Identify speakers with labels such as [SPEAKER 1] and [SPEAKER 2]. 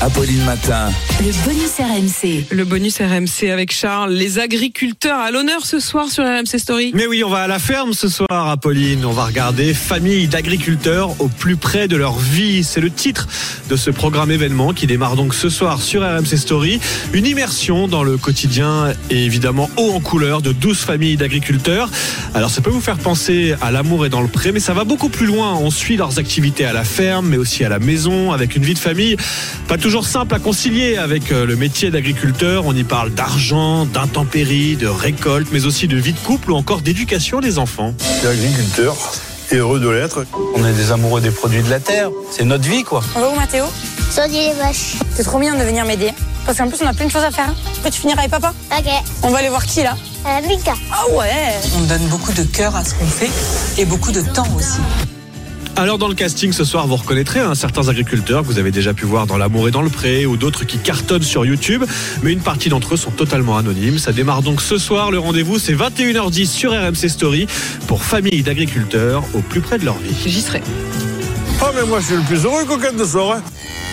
[SPEAKER 1] Apolline Matin.
[SPEAKER 2] le bonus RMC.
[SPEAKER 3] Le bonus RMC avec Charles, les agriculteurs à l'honneur ce soir sur RMC Story.
[SPEAKER 4] Mais oui, on va à la ferme ce soir, Apolline. On va regarder Famille d'agriculteurs au plus près de leur vie. C'est le titre de ce programme événement qui démarre donc ce soir sur RMC Story. Une immersion dans le quotidien et évidemment haut en couleur de 12 familles d'agriculteurs. Alors ça peut vous faire penser à l'amour et dans le pré, mais ça va beaucoup plus loin. On suit leurs activités à la ferme, mais aussi à la maison, avec une vie de famille pas toujours simple à concilier avec euh, le métier d'agriculteur. On y parle d'argent, d'intempéries, de récolte, mais aussi de vie de couple ou encore d'éducation des enfants.
[SPEAKER 5] Je suis agriculteur et heureux de l'être.
[SPEAKER 1] On est des amoureux des produits de la terre. C'est notre vie, quoi.
[SPEAKER 6] On va où, Mathéo
[SPEAKER 7] Sortir les vaches.
[SPEAKER 6] C'est trop mignon de venir m'aider. Parce qu'en plus, on a plein de choses à faire. hein. Peux-tu finir avec papa
[SPEAKER 7] Ok.
[SPEAKER 6] On va aller voir qui, là
[SPEAKER 7] Euh, Milka.
[SPEAKER 6] Ah ouais
[SPEAKER 8] On donne beaucoup de cœur à ce qu'on fait et beaucoup de temps aussi.
[SPEAKER 4] Alors dans le casting ce soir, vous reconnaîtrez hein, certains agriculteurs que vous avez déjà pu voir dans L'amour et dans le pré ou d'autres qui cartonnent sur YouTube, mais une partie d'entre eux sont totalement anonymes. Ça démarre donc ce soir, le rendez-vous c'est 21h10 sur RMC Story pour Famille d'agriculteurs au plus près de leur vie.
[SPEAKER 3] J'y serai.
[SPEAKER 5] Oh, mais moi, je suis le plus heureux coquette de soir. hein.